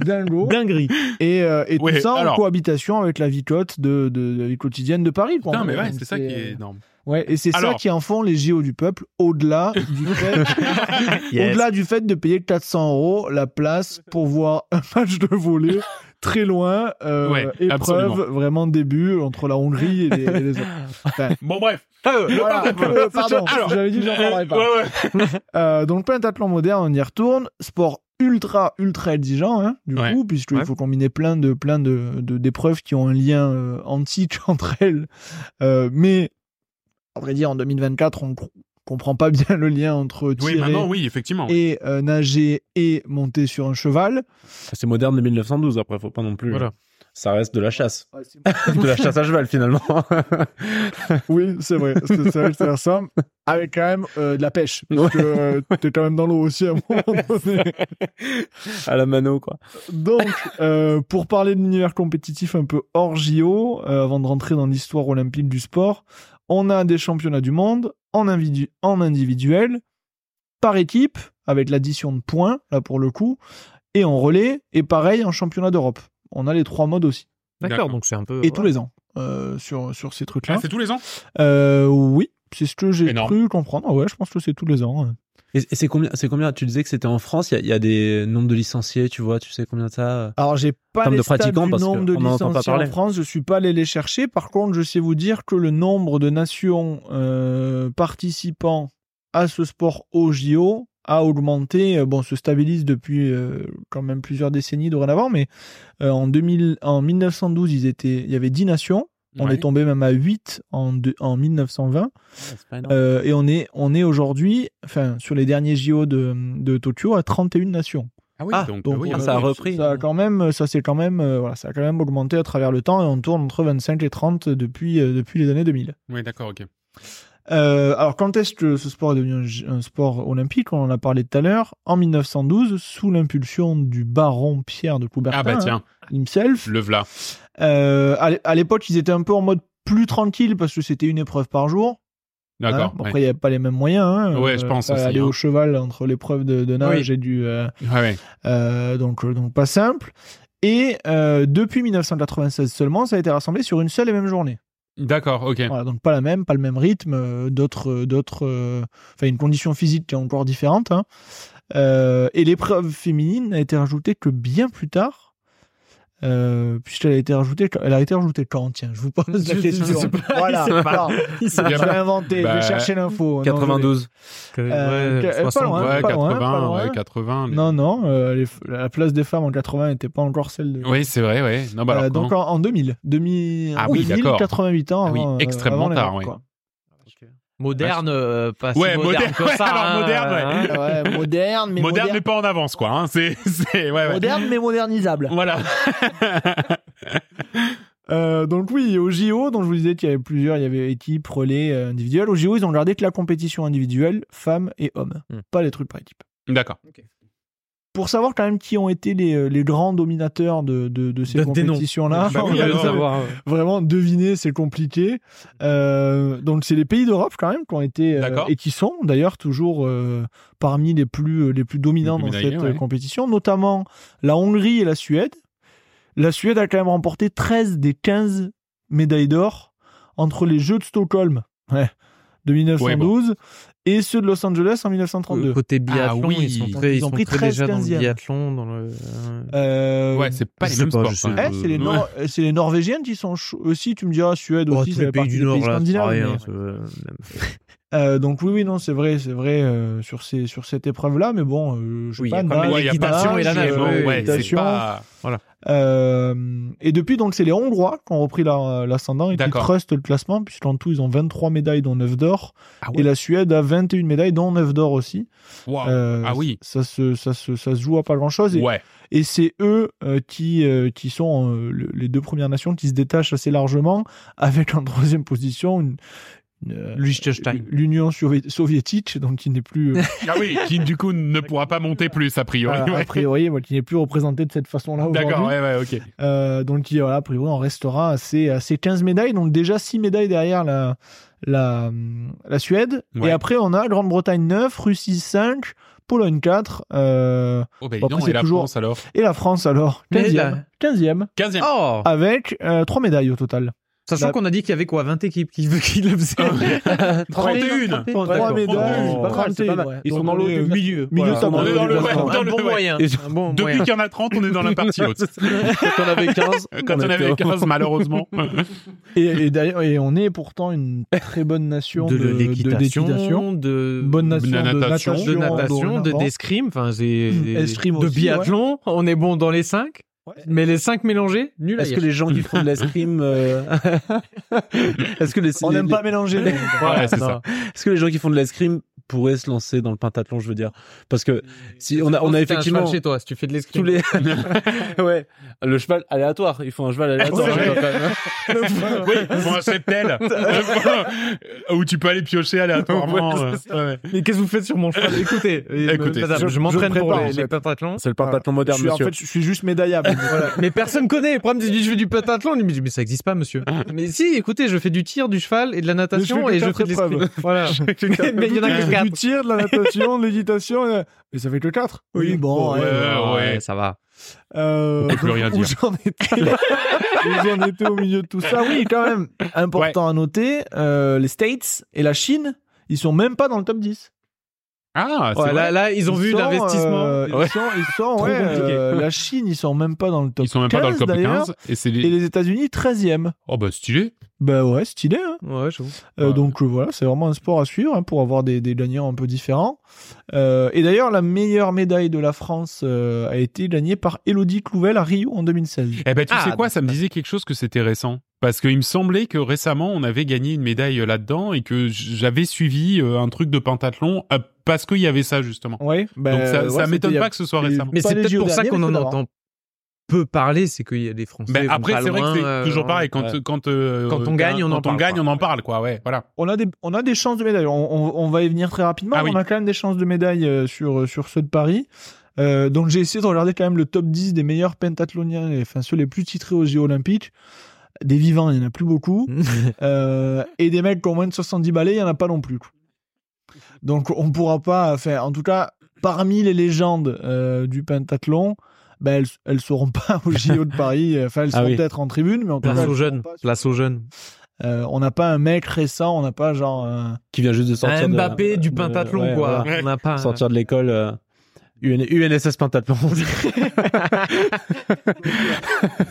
Speaker 1: dingo,
Speaker 5: Dinguerie.
Speaker 1: et, euh, et
Speaker 4: Ouais,
Speaker 1: tout ça
Speaker 4: alors-
Speaker 1: en cohabitation avec la vie côte de, de- de la vie quotidienne de Paris. quoi.
Speaker 4: Putain, mais ouais,
Speaker 1: Donc,
Speaker 4: c'est ça qui
Speaker 1: euh,
Speaker 4: est énorme.
Speaker 1: Ouais, et c'est ça
Speaker 4: Alors-
Speaker 1: qui en font les JO du peuple, au-delà
Speaker 4: [laughs]
Speaker 1: du fait, au-delà du fait de payer 400 euros la place pour voir un match de volley très loin, euh,
Speaker 4: Ouais,
Speaker 1: épreuve
Speaker 4: absolument.
Speaker 1: vraiment début entre la Hongrie et les, et les autres.
Speaker 4: [laughs] Bon, bref.
Speaker 1: Voilà, euh, pardon,
Speaker 4: Alors-
Speaker 1: j'avais dit que j'en parlerais pas.
Speaker 4: Ouais, ouais.
Speaker 1: Euh, donc pentathlon moderne, on y retourne. Sport ultra ultra exigeant, hein, du
Speaker 4: Ouais.
Speaker 1: coup, puisqu'il
Speaker 5: Ouais.
Speaker 1: faut combiner plein de plein de de- d'épreuves qui ont un lien euh, antique [laughs] entre elles. Euh, mais à vrai dire, en 2024, on cr- comprend pas bien le lien entre
Speaker 4: Oui,
Speaker 1: tirer
Speaker 4: maintenant, oui, effectivement.
Speaker 1: et euh, nager et monter sur un cheval.
Speaker 6: Ah, C'est moderne de 1912, après, faut pas non plus.
Speaker 5: Voilà.
Speaker 6: Ça reste de la chasse. [laughs] De la chasse à
Speaker 3: [laughs]
Speaker 6: cheval, finalement.
Speaker 1: [laughs] oui, c'est vrai, c'est c'est vrai que ça ressemble. Avec quand même euh, de la pêche, parce que euh, t'es quand même dans l'eau aussi à un
Speaker 6: [laughs]
Speaker 1: moment donné.
Speaker 6: à la mano, quoi.
Speaker 1: Donc, euh, pour parler de l'univers compétitif un peu hors JO, euh, avant de rentrer dans l'histoire olympique du sport, on a des championnats du monde en, individu- en individuel, par équipe, avec l'addition de points, là pour le coup, et en relais, et pareil en championnat d'Europe. On a les trois modes aussi.
Speaker 5: D'accord,
Speaker 4: D'accord.
Speaker 5: donc c'est un peu.
Speaker 1: Et tous les ans, euh, sur, sur ces
Speaker 4: Ah,
Speaker 1: trucs-là.
Speaker 4: c'est tous les ans
Speaker 1: Euh, oui, c'est ce que j'ai
Speaker 4: Énorme.
Speaker 1: cru comprendre. Ah Ouais, je pense que c'est tous les ans. hein.
Speaker 6: Et, et c'est combien, c'est combien Tu disais que c'était en France, il y, a- il y a des nombres de licenciés, tu vois, tu sais combien t'as euh
Speaker 1: Alors, j'ai pas
Speaker 6: termes
Speaker 1: les
Speaker 6: de
Speaker 1: stats
Speaker 6: pratiquants,
Speaker 1: du
Speaker 6: parce
Speaker 1: nombre
Speaker 6: que
Speaker 1: de
Speaker 6: on n'en entend pas
Speaker 1: licenciés en
Speaker 6: parler.
Speaker 1: France, je suis pas allé les chercher. Par contre, je sais vous dire que le nombre de nations euh, participant à ce sport au JO a augmenté, euh, bon, se stabilise depuis euh, quand même plusieurs décennies dorénavant, mais euh, en, 2000, en 1912, ils étaient, il y avait 10 nations. On
Speaker 4: Ouais.
Speaker 1: est tombé même à 8 en, deux- en 1920.
Speaker 3: [laughs]
Speaker 1: Euh, et on est, on est aujourd'hui, enfin, sur les derniers JO de, de Tokyo, à 31 nations.
Speaker 4: Ah oui,
Speaker 6: Ah,
Speaker 4: donc,
Speaker 1: donc,
Speaker 4: euh, oui,
Speaker 1: on
Speaker 4: ah,
Speaker 1: a-
Speaker 6: ça a
Speaker 4: oui.
Speaker 6: repris.
Speaker 1: Ça a quand même, ça s'est quand même, euh, voilà, ça a quand même augmenté à travers le temps et on tourne entre 25 et 30 depuis, euh, depuis les années 2000.
Speaker 4: Oui, d'accord, ok. Ah,
Speaker 1: Euh, alors quand est-ce que ce sport est devenu un j- un, sport olympique On en a parlé tout à l'heure. En 1912, sous l'impulsion du baron Pierre de Coubertin,
Speaker 4: Ah bah tiens, Mm.
Speaker 1: hein, himself.
Speaker 4: le v'là.
Speaker 1: Euh, à l'é- à l'époque, ils étaient un peu en mode plus tranquille parce que c'était une épreuve par jour.
Speaker 4: D'accord.
Speaker 1: hein. Bon,
Speaker 4: ouais.
Speaker 1: Après, il n'y avait pas les mêmes moyens. hein.
Speaker 4: Ouais, je pense
Speaker 1: pas
Speaker 4: aussi,
Speaker 1: Aller
Speaker 4: hein.
Speaker 1: au cheval entre l'épreuve de, de nage et du. euh,
Speaker 4: Ouais, ouais.
Speaker 1: euh, donc, euh, donc pas simple. Et euh, depuis 1996 seulement, ça a été rassemblé sur une seule et même journée.
Speaker 4: D'accord, ok.
Speaker 1: Voilà, donc pas la même, pas le même rythme, euh, d'autres, euh, d'autres, euh, enfin une condition physique qui est encore différente. hein. Euh, et l'épreuve féminine n'a été rajoutée que bien plus tard. euh, puisqu'elle a été rajoutée, elle a été rajoutée quand Tiens, je vous pose la question.
Speaker 5: question.
Speaker 1: Voilà,
Speaker 5: Il sait
Speaker 1: alors,
Speaker 4: pas.
Speaker 1: je l'ai inventé, je
Speaker 4: Bah,
Speaker 1: vais chercher l'info. Non, je l'ai-
Speaker 6: 92.
Speaker 1: Euh, que- pas loin.
Speaker 4: Ouais,
Speaker 1: pas loin, pas
Speaker 4: 80,
Speaker 1: loin.
Speaker 4: ouais, 80. les-
Speaker 1: Non, non, euh, les f- la place des femmes en 80 n'était pas encore celle de.
Speaker 4: Oui, c'est vrai, ouais. Non, bah
Speaker 1: Euh,
Speaker 4: alors,
Speaker 1: donc
Speaker 4: comment
Speaker 1: en, en 2000, 2000
Speaker 4: Ah oui,
Speaker 1: 2000,
Speaker 4: d'accord.
Speaker 1: 88 ans.
Speaker 4: Ah oui,
Speaker 1: avant, euh,
Speaker 4: extrêmement
Speaker 1: avant la
Speaker 4: tard,
Speaker 1: mort,
Speaker 4: ouais.
Speaker 1: quoi.
Speaker 5: Moderne, euh, pas si
Speaker 4: Ouais,
Speaker 5: moderne
Speaker 4: moderne,
Speaker 5: que
Speaker 4: [laughs] ouais,
Speaker 5: ça.
Speaker 4: alors
Speaker 5: hein,
Speaker 4: moderne, ouais.
Speaker 5: hein.
Speaker 1: Ouais, moderne, mais
Speaker 4: moderne,
Speaker 1: moderne,
Speaker 4: mais pas en avance, quoi. hein. C'est, [laughs] c'est, ouais, ouais.
Speaker 1: moderne, mais modernisable.
Speaker 4: Voilà.
Speaker 1: Euh, donc oui, au JO, dont je vous disais qu'il y avait plusieurs, il y avait équipe, relais, euh, individuel. Au JO, ils ont gardé que la compétition individuelle, femmes et hommes,
Speaker 6: Hmm.
Speaker 1: pas les trucs par équipe.
Speaker 4: D'accord.
Speaker 1: Pour savoir quand même qui ont été les, euh, les grands dominateurs de, de, de ces
Speaker 6: Donne des noms.
Speaker 1: compétitions-là,
Speaker 4: Bah
Speaker 1: on
Speaker 4: oui,
Speaker 1: va
Speaker 4: alors.
Speaker 1: savoir.
Speaker 5: euh,
Speaker 1: vraiment deviner, c'est compliqué. Euh, donc c'est les pays d'Europe quand même qui ont été euh,
Speaker 4: D'accord.
Speaker 1: et qui sont d'ailleurs toujours euh, parmi les plus euh, les plus dominants
Speaker 4: Les
Speaker 1: dans
Speaker 4: plus
Speaker 1: cette
Speaker 4: médaillés,
Speaker 1: euh,
Speaker 4: ouais.
Speaker 1: compétition, notamment la Hongrie et la Suède. La Suède a quand même remporté 13 des 15 médailles d'or entre les Jeux de Stockholm ouais, de 1912 et ceux de Los Angeles en 1932.
Speaker 5: Euh, Côté biathlon,
Speaker 4: Ah oui.
Speaker 5: ils sont très,
Speaker 1: Ils
Speaker 5: ils
Speaker 1: ont
Speaker 5: sont
Speaker 1: pris
Speaker 5: très
Speaker 1: 13,
Speaker 5: déjà dans le
Speaker 1: 15e.
Speaker 5: biathlon, dans le. euh,
Speaker 1: Euh,
Speaker 4: Ouais, c'est pas
Speaker 6: je
Speaker 4: les
Speaker 6: sais
Speaker 4: mêmes
Speaker 6: pas,
Speaker 4: sports.
Speaker 6: je sais
Speaker 4: quand
Speaker 1: eh,
Speaker 4: même.
Speaker 6: pas.
Speaker 1: c'est les,
Speaker 4: Ouais.
Speaker 1: Nor- c'est les Norvégiennes qui sont ch- aussi, tu me diras, Suède
Speaker 5: oh,
Speaker 1: aussi,
Speaker 5: tous
Speaker 1: ça
Speaker 5: les
Speaker 1: fait
Speaker 5: pays
Speaker 1: partie
Speaker 5: du
Speaker 1: des
Speaker 5: Nord, là, c'est
Speaker 1: scandinaves,
Speaker 5: pareil,
Speaker 1: mais-
Speaker 5: hein, c'est, euh, même-
Speaker 1: Euh, donc oui, oui, non, c'est vrai, c'est vrai euh, sur ces sur cette épreuve-là, mais bon, euh, je sais
Speaker 5: Oui,
Speaker 1: pas.
Speaker 5: il y a quand même
Speaker 1: nage,
Speaker 4: Ouais, y a pas-
Speaker 5: l'équitation et la nage,
Speaker 1: euh,
Speaker 5: ouais, ouais,
Speaker 4: hein. ouais, c'est
Speaker 1: équitation.
Speaker 4: pas.
Speaker 1: Euh, et depuis, donc, c'est les Hongrois qui ont repris la- l'ascendant et qui
Speaker 4: D'accord.
Speaker 1: trustent le classement, puisqu'en tout, ils ont 23 médailles, dont 9 d'or,
Speaker 4: Ah
Speaker 1: et
Speaker 4: ouais.
Speaker 1: la Suède a 21 médailles, dont 9 d'or aussi.
Speaker 4: Waouh.
Speaker 1: Euh,
Speaker 4: Ah oui.
Speaker 1: Ça se ça se ça se joue à pas grand-chose. Et,
Speaker 4: Ouais.
Speaker 1: et c'est eux euh, qui euh, qui sont euh, le- les deux premières nations qui se détachent assez largement, avec en [laughs] troisième position une- une, euh,
Speaker 5: Liechtenstein.
Speaker 1: l'Union sovi- soviétique, donc qui n'est plus euh,
Speaker 4: Ah oui, [laughs] qui du coup ne pourra pas monter plus, a priori.
Speaker 1: Voilà,
Speaker 4: Ouais.
Speaker 1: a priori, moi, qui n'est plus représenté de cette façon-là aujourd'hui.
Speaker 4: D'accord, ouais, ouais, ok.
Speaker 1: Euh, donc, il- voilà, a priori, on restera à ces, à ces 15 médailles. Donc, déjà 6 médailles derrière la, la, la Suède.
Speaker 4: Ouais.
Speaker 1: Et après, on a Grande-Bretagne 9, Russie 5, Pologne 4, euh,
Speaker 4: Oh, bah,
Speaker 1: Bon, après,
Speaker 4: dis donc,
Speaker 1: c'est
Speaker 4: et la
Speaker 1: toujours-
Speaker 4: France alors
Speaker 1: et la France alors
Speaker 5: Mais
Speaker 1: 15e.
Speaker 5: là-
Speaker 1: 15e
Speaker 4: Quinzième.
Speaker 5: Oh
Speaker 1: avec 3 médailles au total.
Speaker 5: Sachant
Speaker 1: Ah, la- Ah,
Speaker 5: qu'on a dit qu'il y avait quoi 20 équipes qui, [laughs] qui le faisaient [laughs]
Speaker 4: 31.
Speaker 1: 3
Speaker 5: D'accord.
Speaker 1: médailles, c'est
Speaker 6: Oh,
Speaker 1: pas mal,
Speaker 6: c'est pas
Speaker 1: c'est pas
Speaker 6: mal.
Speaker 1: mal.
Speaker 6: Ils sont
Speaker 1: Donc,
Speaker 6: dans
Speaker 1: on
Speaker 6: le haut
Speaker 1: est,
Speaker 6: du
Speaker 1: euh,
Speaker 6: milieu.
Speaker 1: milieu hein.
Speaker 6: Voilà,
Speaker 1: tableau.
Speaker 4: on est dans le-
Speaker 1: Exactement.
Speaker 4: dans
Speaker 5: Un
Speaker 4: le-
Speaker 5: bon
Speaker 4: ouais.
Speaker 5: moyen.
Speaker 6: Et-
Speaker 5: Un bon
Speaker 4: Depuis
Speaker 5: moyen.
Speaker 4: qu'il y en a 30, on est dans la partie [laughs] haute.
Speaker 6: Quand on avait 15.
Speaker 4: [laughs] Quand on avait
Speaker 6: était-
Speaker 4: 15, [laughs] malheureusement.
Speaker 1: Et, et d'ailleurs, et on est pourtant une très bonne nation de,
Speaker 5: De
Speaker 1: de l'équitation.
Speaker 5: l'équitation, de.
Speaker 1: Bonne nation
Speaker 4: de
Speaker 1: de
Speaker 4: natation,
Speaker 1: natation,
Speaker 5: de natation, de
Speaker 1: dorénavant.
Speaker 5: d'escrime, enfin c'est
Speaker 1: Mm,
Speaker 5: des-
Speaker 1: escrime
Speaker 5: de
Speaker 1: aussi,
Speaker 5: biathlon, on est bon dans les 5,
Speaker 1: Ouais.
Speaker 5: mais les 5 mélangés, nul à
Speaker 6: Est-ce
Speaker 5: dire.
Speaker 6: que les gens qui font de l'escrime. euh, [laughs] Est-ce que les.
Speaker 1: On
Speaker 6: les-
Speaker 1: n'aime pas mélanger. les-
Speaker 4: Ouais, c'est
Speaker 6: Non.
Speaker 4: ça.
Speaker 6: Est-ce que les gens qui font de l'escrime pourraient se lancer dans le pentathlon, je veux dire Parce que si on a, Ah, on
Speaker 5: C'était
Speaker 6: a
Speaker 5: un
Speaker 6: effectivement
Speaker 5: cheval chez toi si tu fais de
Speaker 6: tous
Speaker 5: l'escrime.
Speaker 6: les. [laughs] ouais, le cheval aléatoire. Ils font un cheval aléatoire.
Speaker 1: Ouais.
Speaker 6: je veux dire, quand même.
Speaker 4: Oui, bon, un cheptel. [laughs] Où tu peux aller piocher aléatoirement.
Speaker 5: Ouais,
Speaker 4: euh,
Speaker 5: c'est ça. Mais qu'est-ce que vous faites sur mon [laughs] cheval Écoutez, euh,
Speaker 4: Écoutez,
Speaker 5: madame,
Speaker 1: je-
Speaker 5: je,
Speaker 1: je
Speaker 5: m'entraîne pour
Speaker 1: prépare, en
Speaker 5: les,
Speaker 1: fait.
Speaker 5: les pentathlons.
Speaker 6: C'est le pentathlon
Speaker 1: Je
Speaker 6: moderne,
Speaker 1: suis, en
Speaker 6: monsieur.
Speaker 1: fait, je suis juste
Speaker 5: [laughs]
Speaker 1: médaillable. Voilà.
Speaker 5: Mais personne connaît. Le problème, c'est que je fais du pentathlon. Il me dit, mais ça existe pas, monsieur. mais si, écoutez, je fais du tir, du cheval et de la natation
Speaker 1: Mais
Speaker 5: et
Speaker 1: je fais
Speaker 5: je
Speaker 1: que
Speaker 5: fais de
Speaker 1: quatre
Speaker 5: l'escrime. [laughs] Voilà. [laughs] mais mais il y en a que
Speaker 1: Du
Speaker 5: 4.
Speaker 1: tir, de la natation, de l'équitation. euh, Mais ça fait que 4.
Speaker 4: Oui, bon, ouais. Euh, ouais.
Speaker 5: ça va.
Speaker 1: Euh,
Speaker 4: peut plus rien
Speaker 1: où
Speaker 4: dire.
Speaker 1: j'en étais
Speaker 4: [laughs]
Speaker 1: Où j'en étais au milieu de tout ça. Oui, quand même. Important à noter, euh, les States et la Chine, ils sont même pas dans le top 10.
Speaker 4: Ah, c'est
Speaker 5: Ouais,
Speaker 4: vrai.
Speaker 5: là, là, ils ont vu
Speaker 1: sont,
Speaker 5: l'investissement.
Speaker 1: euh,
Speaker 4: Ouais.
Speaker 1: Ils sont, ils sont, ouais,
Speaker 5: compliqué.
Speaker 1: euh, la Chine, ils sont même pas dans le top
Speaker 4: Ils sont même pas dans le top
Speaker 1: d'ailleurs,
Speaker 4: 15. Et c'est
Speaker 1: Et
Speaker 4: les.
Speaker 1: les États-Unis, 13e.
Speaker 4: Oh, bah, stylé.
Speaker 1: Bah ouais, stylé. Hein
Speaker 5: Ouais, j'avoue.
Speaker 1: Euh,
Speaker 4: Ouais.
Speaker 1: Donc euh, voilà, c'est vraiment un sport à suivre hein, pour avoir des, des gagnants un peu différents. Euh, et d'ailleurs, la meilleure médaille de la France euh, a été gagnée par Elodie Clouvel à Rio en 2016.
Speaker 4: Eh ben, tu
Speaker 5: Ah,
Speaker 4: sais quoi, ça me disait quelque chose que c'était récent. Parce qu'il me semblait que récemment, on avait gagné une médaille euh, là-dedans et que j- j'avais suivi euh, un truc de pentathlon euh, parce qu'il y avait ça, justement.
Speaker 1: Ouais, bah,
Speaker 4: Donc, ça,
Speaker 1: ouais,
Speaker 4: ça
Speaker 1: c'était il
Speaker 4: m'étonne
Speaker 1: y a-
Speaker 4: pas que ce soit
Speaker 1: et-
Speaker 4: récemment.
Speaker 5: Mais
Speaker 1: Pas
Speaker 5: c'est
Speaker 1: les
Speaker 5: peut-être
Speaker 1: JO
Speaker 5: pour ça
Speaker 1: derniers,
Speaker 5: qu'on
Speaker 1: mais
Speaker 5: en
Speaker 1: c'est d'avant.
Speaker 5: entend peu parler, c'est qu'il y a des Français.
Speaker 4: Ben,
Speaker 5: vont
Speaker 4: après,
Speaker 5: pas
Speaker 4: c'est vrai que
Speaker 5: loin,
Speaker 4: c'est
Speaker 5: euh,
Speaker 4: toujours
Speaker 5: ouais.
Speaker 4: pareil. Quand,
Speaker 6: ouais.
Speaker 4: quand, euh,
Speaker 5: Quand on gagne, on en
Speaker 4: quand
Speaker 5: parle,
Speaker 4: gagne,
Speaker 5: quoi.
Speaker 4: on en parle, quoi. Ouais, voilà.
Speaker 1: On a, des, on a des chances de médaille. On, on- on va y venir très rapidement.
Speaker 4: Ah
Speaker 1: mais
Speaker 4: oui.
Speaker 1: On a quand même des chances de médaille euh, sur, euh, sur ceux de Paris. Euh, donc j'ai essayé de regarder quand même le top 10 des meilleurs pentathloniens, et, enfin ceux les plus titrés aux Jeux Olympiques. Des vivants, il n'y en a plus beaucoup. Euh, et des mecs qui ont moins de 70 balais, il n'y en a pas non plus. quoi. Donc on pourra pas faire. En tout cas, parmi les légendes euh, du pentathlon, ben, elles, elles seront pas [laughs] au JO de Paris. Enfin, elles
Speaker 6: Ah
Speaker 1: seront
Speaker 6: oui.
Speaker 1: peut-être en tribune, mais en tout cas,
Speaker 5: Place
Speaker 1: elles
Speaker 5: aux
Speaker 1: seront
Speaker 5: jeunes.
Speaker 1: pas sur-
Speaker 5: Place aux jeunes.
Speaker 1: Euh, on n'a pas un mec récent, on n'a pas genre. un-
Speaker 6: Qui vient juste de sortir.
Speaker 5: Un
Speaker 6: de-
Speaker 5: Mbappé du
Speaker 6: de-
Speaker 5: pentathlon,
Speaker 6: ouais,
Speaker 5: quoi. Ah.
Speaker 6: voilà.
Speaker 5: On n'a pas.
Speaker 6: Sortir de l'école. euh, UN UNSS pentathlon.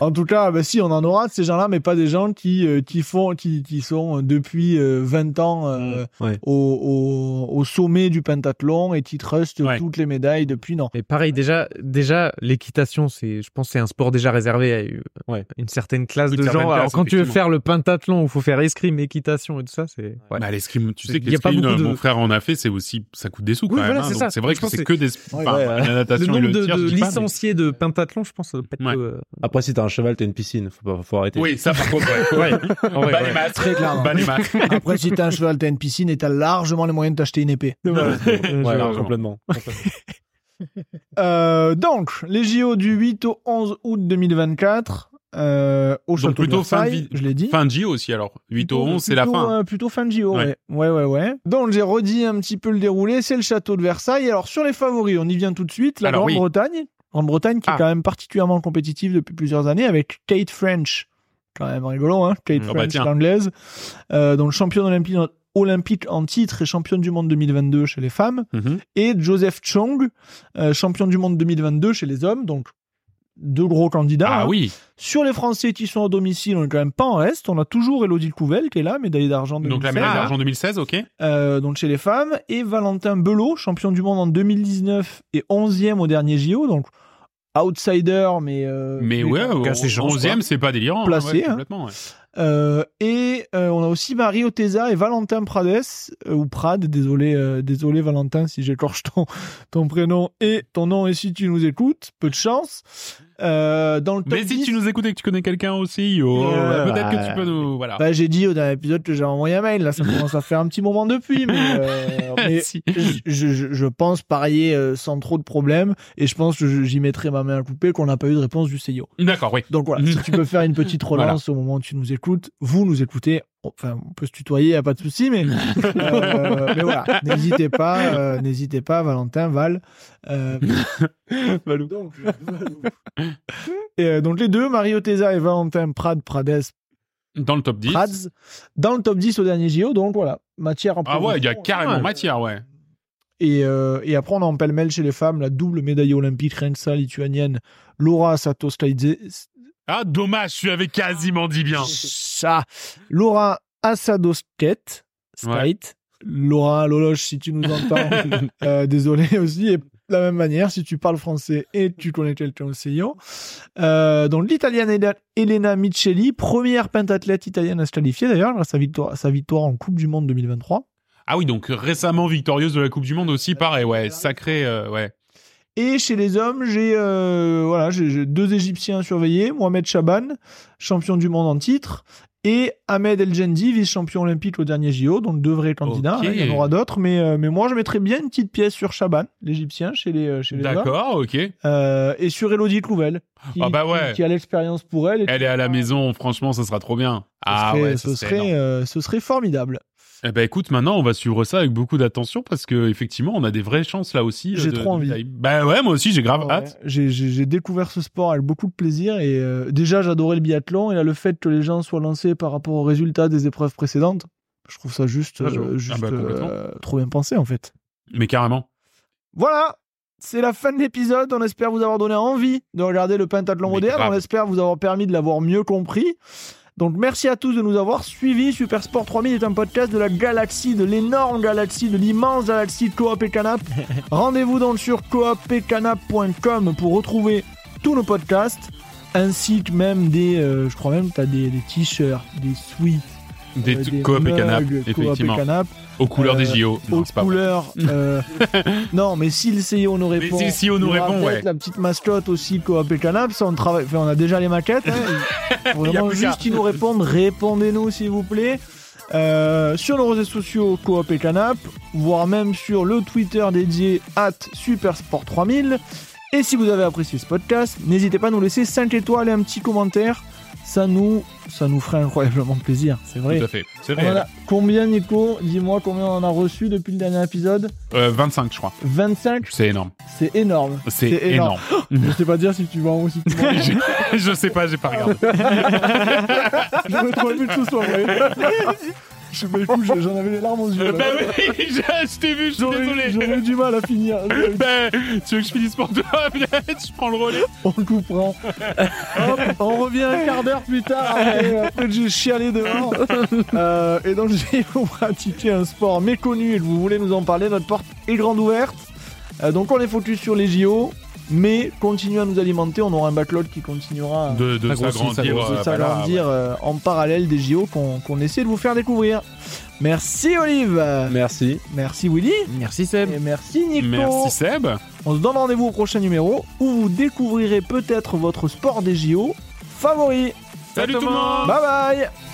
Speaker 1: En tout cas, bah, si, on en aura de ces gens-là, mais pas des gens qui, euh, qui, font, qui, qui sont euh, depuis euh, 20 ans euh,
Speaker 6: Ouais.
Speaker 1: au, au- au sommet du pentathlon et qui trustent
Speaker 4: Ouais.
Speaker 1: toutes les médailles depuis. Non.
Speaker 5: Mais pareil, déjà, déjà l'équitation, c'est, je pense, que c'est un sport déjà réservé à une-
Speaker 6: Ouais.
Speaker 5: une certaine classe
Speaker 4: Une
Speaker 5: de
Speaker 4: certaine
Speaker 5: gens. Alors
Speaker 4: classe,
Speaker 5: quand tu veux
Speaker 4: effectivement.
Speaker 5: faire le pentathlon, où faut faire escrime, équitation et tout ça, c'est. Ouais.
Speaker 4: Bah, l'escrime, tu sais que
Speaker 5: Il y a pas
Speaker 4: l'escrime,
Speaker 5: beaucoup de-
Speaker 4: mon frère en a fait, c'est aussi, ça coûte des sous quand
Speaker 5: Oui,
Speaker 4: même.
Speaker 5: voilà,
Speaker 4: hein.
Speaker 5: c'est
Speaker 4: Donc,
Speaker 5: ça.
Speaker 4: c'est vrai
Speaker 5: Je
Speaker 4: que
Speaker 5: pense
Speaker 4: c'est que
Speaker 5: que
Speaker 4: des,
Speaker 1: Ouais,
Speaker 4: enfin,
Speaker 1: ouais.
Speaker 4: la
Speaker 5: le
Speaker 4: natation et
Speaker 5: nombre
Speaker 4: le
Speaker 5: de,
Speaker 4: tir,
Speaker 5: de
Speaker 4: je dis pas, mais-
Speaker 5: licenciés de pentathlon, je pense, ça doit pas être.
Speaker 4: Ouais.
Speaker 5: euh,
Speaker 6: [laughs] Après, si t'as un cheval, t'as une piscine. Faut, pas, faut arrêter.
Speaker 4: Oui, ça par contre, ouais.
Speaker 5: Ouais. En vrai,
Speaker 4: Bas les
Speaker 5: ouais.
Speaker 4: masques.
Speaker 1: Très clairement.
Speaker 4: Bas les masques.
Speaker 1: Après, si t'as un cheval, t'as une piscine et t'as largement les moyens de t'acheter une épée.
Speaker 5: [laughs]
Speaker 6: Ouais,
Speaker 4: largement.
Speaker 6: complètement.
Speaker 1: Euh, donc, les JO du 8 au 11 août 2024, euh, au
Speaker 4: Donc
Speaker 1: château de
Speaker 4: plutôt fin de
Speaker 1: Versailles,
Speaker 4: vie-
Speaker 1: je l'ai dit.
Speaker 4: Fin de JO aussi alors. 8 au
Speaker 1: Plutôt-
Speaker 4: 11, c'est la
Speaker 1: plutôt,
Speaker 4: fin.
Speaker 1: euh, plutôt fin de JO, ouais. ouais.
Speaker 4: Ouais.
Speaker 1: Ouais, ouais. Donc, j'ai redit un petit peu le déroulé. C'est le château de Versailles. Alors, sur les favoris, on y vient tout de suite. La
Speaker 4: Alors, oui.
Speaker 1: Grande-Bretagne. Grande-Bretagne qui est
Speaker 4: Ah.
Speaker 1: quand même particulièrement compétitive depuis plusieurs années avec Kate French. Quand même rigolo, hein. Kate
Speaker 4: Ah bah
Speaker 1: French,
Speaker 4: tiens.
Speaker 1: l'anglaise. Euh, donc, championne olympique, olympique en titre et championne du monde 2022 chez les femmes.
Speaker 4: Mhm.
Speaker 1: Et Joseph Chong, euh, champion du monde 2022 chez les hommes. Donc, deux gros candidats.
Speaker 4: Ah
Speaker 1: hein.
Speaker 4: oui,
Speaker 1: Sur les Français qui sont à domicile, on est quand même pas en reste. On a toujours Elodie Couvel qui est là, médaillée d'argent
Speaker 4: donc la
Speaker 1: 2016,
Speaker 4: médaille d'argent 2016, ok.
Speaker 1: euh, donc chez les femmes. Et Valentin Belot, champion du monde en 2019 et 11e au dernier JO. Donc outsider, mais. euh,
Speaker 4: Mais ouais,
Speaker 1: en tout cas,
Speaker 4: on-
Speaker 1: ses chances, quoi.
Speaker 4: 11e, c'est pas délirant. hein,
Speaker 1: Placé,
Speaker 4: ouais,
Speaker 1: hein.
Speaker 4: complètement, ouais.
Speaker 1: Euh, et euh, on a aussi Mario Teza et Valentin Prades, euh, ou Prade, désolé, euh, désolé Valentin si j'écorche ton, ton prénom et ton nom, et si tu nous écoutes, peu de chance. Euh, dans le top
Speaker 4: Mais si
Speaker 1: 10,
Speaker 4: tu nous écoutes et que tu connais quelqu'un aussi, oh,
Speaker 1: Euh,
Speaker 4: bah, peut-être
Speaker 1: bah,
Speaker 4: que tu peux nous. Voilà.
Speaker 1: Bah, j'ai dit au dernier épisode que j'avais envoyé un mail, là ça commence à faire un petit moment depuis, mais, euh, mais
Speaker 4: Si.
Speaker 1: je, je- je pense parier euh, sans trop de problèmes, et je pense que je- j'y mettrai ma main à couper qu'on n'a pas eu de réponse du CIO.
Speaker 4: D'accord, oui.
Speaker 1: Donc voilà, si tu peux faire une petite relance au moment où tu nous écoutes, vous nous écoutez, enfin on peut se tutoyer, y a pas de souci, mais, euh, mais voilà, n'hésitez pas, euh, n'hésitez pas, Valentin, Val. euh, Donc, euh, Valou. Et, euh, donc les deux, Mario Teza et Valentin Prade, Prades,
Speaker 4: Dans le top 10.
Speaker 1: Prads dans le top 10 au dernier JO. Donc voilà, matière en
Speaker 4: Ah ouais, il y a
Speaker 1: progression.
Speaker 4: carrément
Speaker 1: Ouais.
Speaker 4: matière, ouais.
Speaker 1: Et, euh, et après, on a en pêle-mêle chez les femmes la double médaille olympique Rensa lituanienne Laura Satoskaidze.
Speaker 4: Ah, dommage, tu avais quasiment dit bien.
Speaker 1: Ça, Laura Asadosket. Skait. Laura Loloche, si tu nous
Speaker 4: [laughs]
Speaker 1: entends, euh, désolé aussi. Et de la même manière, si tu parles français et tu connais quelqu'un au CIO. Euh, donc l'italienne Ele- Elena Micheli, première pentathlète italienne à se qualifier d'ailleurs, grâce à victoire- sa victoire en Coupe du Monde 2023.
Speaker 4: Ah oui, donc récemment victorieuse de la Coupe du Monde aussi, pareil, ouais. Sacré, euh, ouais.
Speaker 1: Et chez les hommes, j'ai euh, voilà, j'ai j'ai deux Égyptiens à surveiller, Mohamed Chaban, champion du monde en titre, et Ahmed El Jendi, vice-champion olympique au dernier JO, donc deux vrais candidats.
Speaker 4: Ok.
Speaker 1: hein, il y en aura d'autres, mais, euh, mais moi je mettrais bien une petite pièce sur Chaban, l'Égyptien, chez les, euh, chez les hommes,
Speaker 4: D'accord, ok.
Speaker 1: Euh, et sur Elodie Clouvel, qui,
Speaker 4: Ah bah ouais.
Speaker 1: qui- qui a l'expérience pour elle. et
Speaker 4: Elle est à la maison, franchement, ça sera trop bien.
Speaker 1: ce
Speaker 4: Ah
Speaker 1: serait-
Speaker 4: ouais, ça
Speaker 1: ce,
Speaker 4: serait énorme.
Speaker 1: serait, euh, ce serait formidable.
Speaker 4: Eh ben écoute, maintenant on va suivre ça avec beaucoup d'attention parce que effectivement on a des vraies chances là aussi. euh,
Speaker 1: J'ai
Speaker 4: de-
Speaker 1: trop
Speaker 4: de-
Speaker 1: envie.
Speaker 4: Bah ouais, moi aussi j'ai grave
Speaker 1: Ouais,
Speaker 4: hâte.
Speaker 1: J'ai, j'ai- j'ai découvert ce sport avec beaucoup de plaisir et euh, déjà j'adorais le biathlon et là le fait que les gens soient lancés par rapport aux résultats des épreuves précédentes, je trouve ça juste,
Speaker 4: Ah, je-
Speaker 1: euh,
Speaker 4: ah
Speaker 1: juste
Speaker 4: bah, complètement.
Speaker 1: euh, trop bien pensé en fait.
Speaker 4: Mais carrément.
Speaker 1: Voilà, c'est la fin de l'épisode. On espère vous avoir donné envie de regarder le pentathlon
Speaker 4: Mais
Speaker 1: moderne.
Speaker 4: grave.
Speaker 1: On espère vous avoir permis de l'avoir mieux compris. Donc merci à tous de nous avoir suivis. Super Sport 3000 est un podcast de la galaxie, de l'énorme galaxie, de l'immense galaxie de Coop et
Speaker 4: [laughs]
Speaker 1: Canap. Rendez-vous donc sur coopetcanap.com pour retrouver tous nos podcasts, ainsi que même des, euh, je crois même que t'as des, des t-shirts, des suites,
Speaker 4: Des,
Speaker 1: euh,
Speaker 4: t- coop et
Speaker 1: mugs,
Speaker 4: canap,
Speaker 1: Coop et
Speaker 4: effectivement.
Speaker 1: Canap,
Speaker 4: Aux couleurs des
Speaker 1: Euh,
Speaker 4: JO. Non,
Speaker 1: aux
Speaker 4: c'est pas vrai.
Speaker 1: couleurs.
Speaker 4: [laughs]
Speaker 1: euh, non, mais si le CIO nous répond.
Speaker 4: si le CIO nous
Speaker 1: il y aura
Speaker 4: répond,
Speaker 1: peut-être
Speaker 4: ouais.
Speaker 1: La petite mascotte aussi, Coop et Canap, ça on travaille. Enfin, on a déjà les maquettes. hein.
Speaker 4: [laughs]
Speaker 1: Il faut
Speaker 4: Il y a
Speaker 1: Vraiment
Speaker 4: plus qu'à.
Speaker 1: juste qu'ils nous répondent. Répondez-nous, s'il vous plaît. Euh, sur nos réseaux sociaux Coop et Canap, voire même sur le Twitter dédié at Supersport3000. Et si vous avez apprécié ce podcast, n'hésitez pas à nous laisser 5 étoiles et un petit commentaire. Ça nous, ça nous ferait incroyablement plaisir, c'est vrai.
Speaker 4: Tout à fait. C'est
Speaker 1: On en
Speaker 4: vrai.
Speaker 1: a- Combien, Nico Dis-moi combien on en a reçu depuis le dernier épisode
Speaker 4: Euh, 25, je crois.
Speaker 1: 25
Speaker 4: C'est énorme.
Speaker 1: C'est énorme.
Speaker 4: [laughs] C'est
Speaker 1: C'est énorme.
Speaker 4: énorme.
Speaker 1: Je sais pas dire si tu vas en haut ou si tu
Speaker 4: [laughs]
Speaker 1: vas en bas.
Speaker 4: je, je sais pas, j'ai pas regardé.
Speaker 1: Je me trouve que ce soit vrai. [laughs] Je m'écoute, j'en avais les larmes aux yeux.
Speaker 4: Euh,
Speaker 1: là.
Speaker 4: bah oui, [laughs] je, je t'ai vu, je suis
Speaker 1: J'aurais
Speaker 4: désolé.
Speaker 1: j'aurais eu du mal à finir.
Speaker 4: Bah, tu veux que je finisse pour toi [laughs] peut-être Je prends le relais.
Speaker 1: On le coupera.
Speaker 4: [laughs]
Speaker 1: Hop, on revient un quart d'heure plus tard après, après que j'ai chialé dehors. Euh, et donc, [laughs] j'ai vous pratiquez un sport méconnu et que vous voulez nous en parler, notre porte est grande ouverte. Euh, donc, on est focus sur les JO, mais continuez à nous alimenter. On aura un backlog qui continuera à-
Speaker 4: De, de
Speaker 5: Ça grossit, ça
Speaker 4: s'agrandir.
Speaker 5: grossit,
Speaker 4: euh,
Speaker 1: de Ah, s'agrandir euh, en parallèle des JO qu'on qu'on essaie de vous faire découvrir. Merci Olive,
Speaker 6: Merci.
Speaker 1: merci Willy
Speaker 5: Merci Seb.
Speaker 1: et merci
Speaker 4: bah,
Speaker 1: Nico.
Speaker 4: voilà. Merci Seb.
Speaker 1: On se donne rendez-vous au prochain numéro où vous découvrirez peut-être votre sport des JO favori.
Speaker 4: Salut tout le monde
Speaker 1: Bye bye